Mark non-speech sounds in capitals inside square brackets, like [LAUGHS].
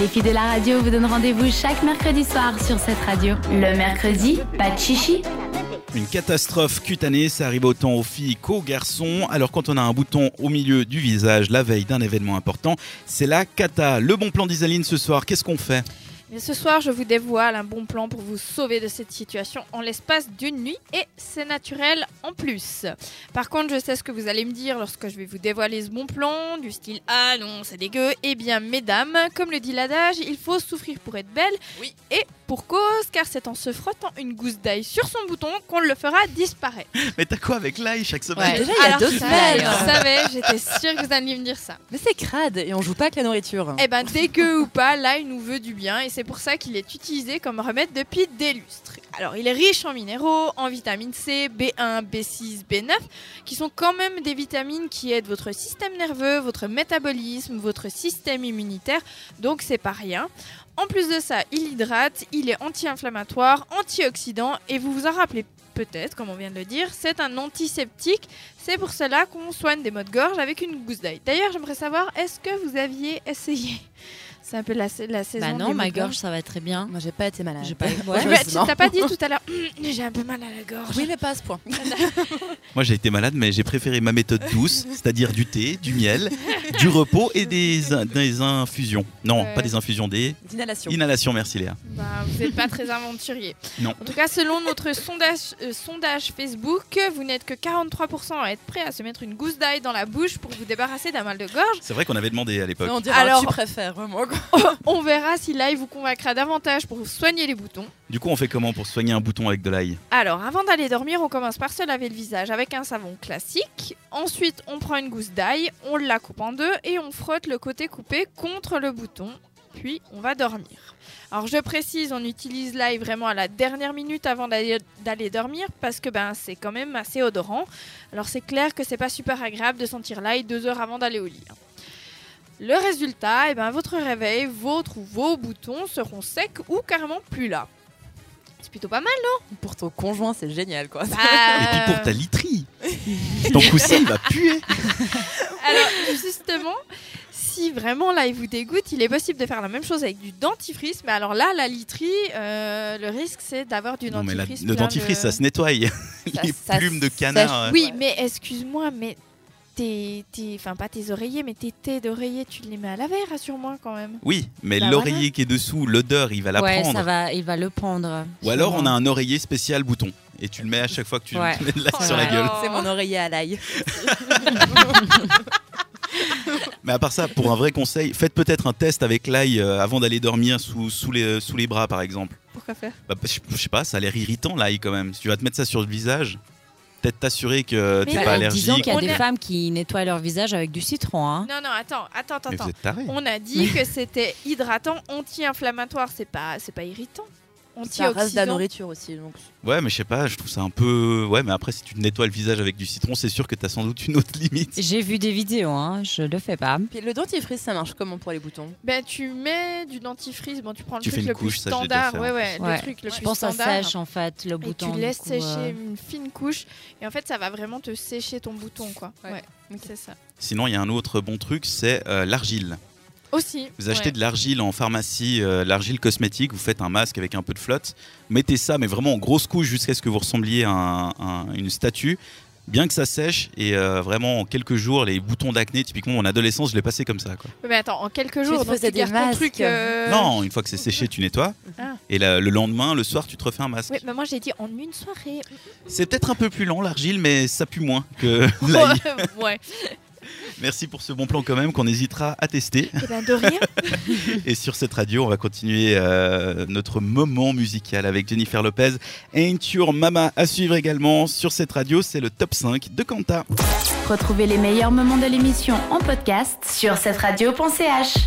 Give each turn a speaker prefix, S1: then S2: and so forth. S1: Les filles de la radio vous donnent rendez-vous chaque mercredi soir sur cette radio. Le mercredi, pas de chichi.
S2: Une catastrophe cutanée, ça arrive autant aux filles qu'aux garçons. Alors quand on a un bouton au milieu du visage la veille d'un événement important, c'est la cata. Le bon plan d'Isaline ce soir, qu'est-ce qu'on fait
S3: Mais ce soir, je vous dévoile un bon plan pour vous sauver de cette situation en l'espace d'une nuit et c'est naturel en plus. Par contre, je sais ce que vous allez me dire lorsque je vais vous dévoiler ce bon plan, du style Ah non, c'est dégueu. Eh bien, mesdames, comme le dit l'adage, il faut souffrir pour être belle.
S4: Oui.
S3: Et pour cause, car c'est en se frottant une gousse d'ail sur son bouton qu'on le fera disparaître.
S2: Mais t'as quoi avec l'ail chaque semaine
S4: Ouais. Déjà, il y a
S3: Alors
S4: deux
S3: ça,
S4: semaines.
S3: Je savais, j'étais sûre que vous alliez me dire ça.
S4: Mais c'est crade et on joue pas avec la nourriture.
S3: Eh ben, dégueu ou pas, l'ail nous veut du bien et c'est pour ça qu'il est utilisé comme remède depuis des lustres. Alors, il est riche en minéraux, en vitamine C, B1, B6, B9, qui sont quand même des vitamines qui aident votre système nerveux, votre métabolisme, votre système immunitaire, donc c'est pas rien. En plus de ça, il hydrate, il est anti-inflammatoire, antioxydant et vous vous en rappelez peut-être, comme on vient de le dire, c'est un antiseptique c'est pour cela qu'on soigne des maux de gorge avec une gousse d'ail. D'ailleurs, j'aimerais savoir, est-ce que vous aviez essayé [LAUGHS] C'est un peu la, sa- la saison.
S5: Bah
S3: des
S5: non,
S3: maux
S5: ma
S3: de gorge.
S5: gorge, ça va très bien.
S4: Moi, j'ai pas été malade.
S5: J'ai pas-
S4: Ouais,
S3: Tu m'as- tu-
S4: heureusement.
S3: T'as pas dit tout à l'heure, Hum, j'ai un peu mal à la gorge.
S4: Oui, mais pas à
S3: [LAUGHS]
S4: ce point.
S2: Moi j'ai été malade mais j'ai préféré ma méthode douce, c'est-à-dire du thé, du miel, du repos et des, des infusions. Non,
S3: Ouais.
S2: pas des infusions, des
S4: D'inhalation.
S2: inhalations, merci Léa.
S3: Bah, vous n'êtes pas très aventurier.
S2: Non.
S3: En tout cas, selon notre sondage, euh, sondage Facebook, vous n'êtes que 43% à être prêt à se mettre une gousse d'ail dans la bouche pour vous débarrasser d'un mal de gorge.
S2: C'est vrai qu'on avait demandé à l'époque.
S4: Non, on dira,
S3: Alors-
S4: tu préfères vraiment. quoi.
S3: On verra si l'ail vous convaincra davantage pour soigner les boutons.
S2: Du coup on fait comment pour soigner un bouton avec de l'ail
S3: Alors, avant d'aller dormir, on commence par se laver le visage avec un savon classique. Ensuite, on prend une gousse d'ail, on la coupe en deux et on frotte le côté coupé contre le bouton. Puis, on va dormir. Alors, je précise, on utilise l'ail vraiment à la dernière minute avant d'aller d'aller dormir parce que ben, c'est quand même assez odorant. Alors, c'est clair que c'est pas super agréable de sentir l'ail deux heures avant d'aller au lit. hein. Le résultat, eh ben, votre réveil, votre ou vos boutons seront secs ou carrément plus là. C'est plutôt pas mal.
S4: Pour ton conjoint, c'est génial quoi.
S2: Et puis
S3: Euh.
S2: pour ta literie Ton coussin
S3: [LAUGHS]
S2: il va puer
S3: Alors justement, si vraiment là il vous dégoûte, il est possible de faire la même chose avec du dentifrice. Mais alors là, la literie, euh, le risque c'est d'avoir du
S2: Non mais
S3: dentifrice.
S2: la-
S3: plein
S2: le dentifrice
S3: de-
S2: ça se nettoie. Les
S4: ça
S2: plumes de
S4: sèche.
S2: canard. euh,
S3: Oui,
S4: Ouais.
S3: mais excuse-moi, mais tes, tes- enfin pas tes oreillers, mais tes thés d'oreiller, tu les mets à laver, rassure-moi quand même.
S2: Oui, mais
S3: Bah
S2: l'oreiller
S3: voilà.
S2: qui est dessous, l'odeur, il va la
S5: ouais,
S2: prendre.
S5: ça va, il va le pendre.
S2: Ou alors on a un oreiller spécial bouton et tu le mets à chaque fois que tu [LAUGHS]
S5: Ouais.
S2: mets de l'ail
S3: Oh
S2: sur la
S5: là
S2: gueule.
S3: là.
S4: C'est mon oreiller à l'ail.
S2: Mais à part ça, pour un vrai conseil, faites peut-être un test avec l'ail euh, avant d'aller dormir sous, sous, les, euh, sous les bras par exemple.
S3: Pourquoi faire
S2: Bah, je, je sais pas, ça a l'air irritant l'ail quand même. Si tu vas te mettre ça sur le visage, peut-être t'assurer que
S3: Mais
S2: t'es
S3: non.
S2: pas
S3: Bah,
S5: Disons
S2: allergique.
S5: qu'il y a
S3: On
S5: des
S3: est-
S5: femmes qui nettoient leur visage avec du citron. Hein.
S3: Non, non, attends, attends, attends.
S2: Mais vous êtes tarés.
S3: On a dit
S2: [LAUGHS]
S3: que c'était hydratant, anti-inflammatoire. C'est pas, c'est pas irritant.
S4: Ça reste de la
S3: Antioxydant.
S4: nourriture aussi. Donc...
S2: Ouais, mais je sais pas, je trouve ça un peu. Ouais, mais après, si tu te nettoies le visage avec du citron, c'est sûr que t'as sans doute une autre limite.
S5: J'ai vu des vidéos, hein, je le fais pas.
S4: Puis le dentifrice, ça marche comment pour les
S5: [LAUGHS]
S4: boutons
S3: Ben, tu mets du dentifrice, bon, tu prends le
S2: Tu fais
S3: truc
S2: une
S3: le
S2: couche,
S3: plus
S2: ça, je l'ai
S3: standard,
S2: déjà fait,
S3: ouais,
S2: en
S3: ouais,
S5: Ouais.
S3: le truc le
S5: je
S3: plus
S5: pense que ça
S3: standard.
S5: sèche en fait le
S3: et
S5: bouton.
S3: tu laisses
S5: du coup,
S3: sécher
S5: euh,
S3: une fine couche, et en fait, ça va vraiment te sécher ton bouton, quoi. Ouais,
S4: Ouais.
S3: c'est ça.
S2: Sinon, il y a un autre bon truc, c'est euh, l'argile.
S3: Aussi.
S2: Vous achetez
S3: ouais.
S2: de l'argile en pharmacie, euh, l'argile cosmétique, vous faites un masque avec un peu de flotte, mettez ça, mais vraiment en grosse couche jusqu'à ce que vous ressembliez à un- un- une statue. Bien que ça sèche, et euh, vraiment en quelques jours, les boutons d'acné, typiquement en adolescence, je l'ai passé comme ça. quoi.
S3: Mais attends, en quelques
S4: Tu
S3: jours,
S4: te
S3: donc
S4: faisais
S3: tu
S4: des
S3: gardes ton
S4: masques.
S3: truc. euh,
S2: Non, une fois que c'est séché, tu nettoies,
S3: Ah.
S2: et la- le lendemain, le soir, tu te refais un masque.
S3: Oui, mais bah, moi j'ai dit en
S2: [LAUGHS]
S3: une soirée.
S2: C'est peut-être un peu plus lent l'argile, mais ça pue moins
S3: [LAUGHS]
S2: que l'ail.
S3: Ouais, ouais.
S2: [LAUGHS] Merci pour ce bon plan quand même qu'on hésitera à tester.
S3: Et ben de rien.
S2: [LAUGHS] Et sur cette radio, on va continuer euh, notre moment musical avec Jennifer Lopez. Ain't Your Mama à suivre également sur cette radio, c'est le top 5 de Kanta.
S1: Retrouvez les meilleurs moments de l'émission en podcast sur cette radio.ch.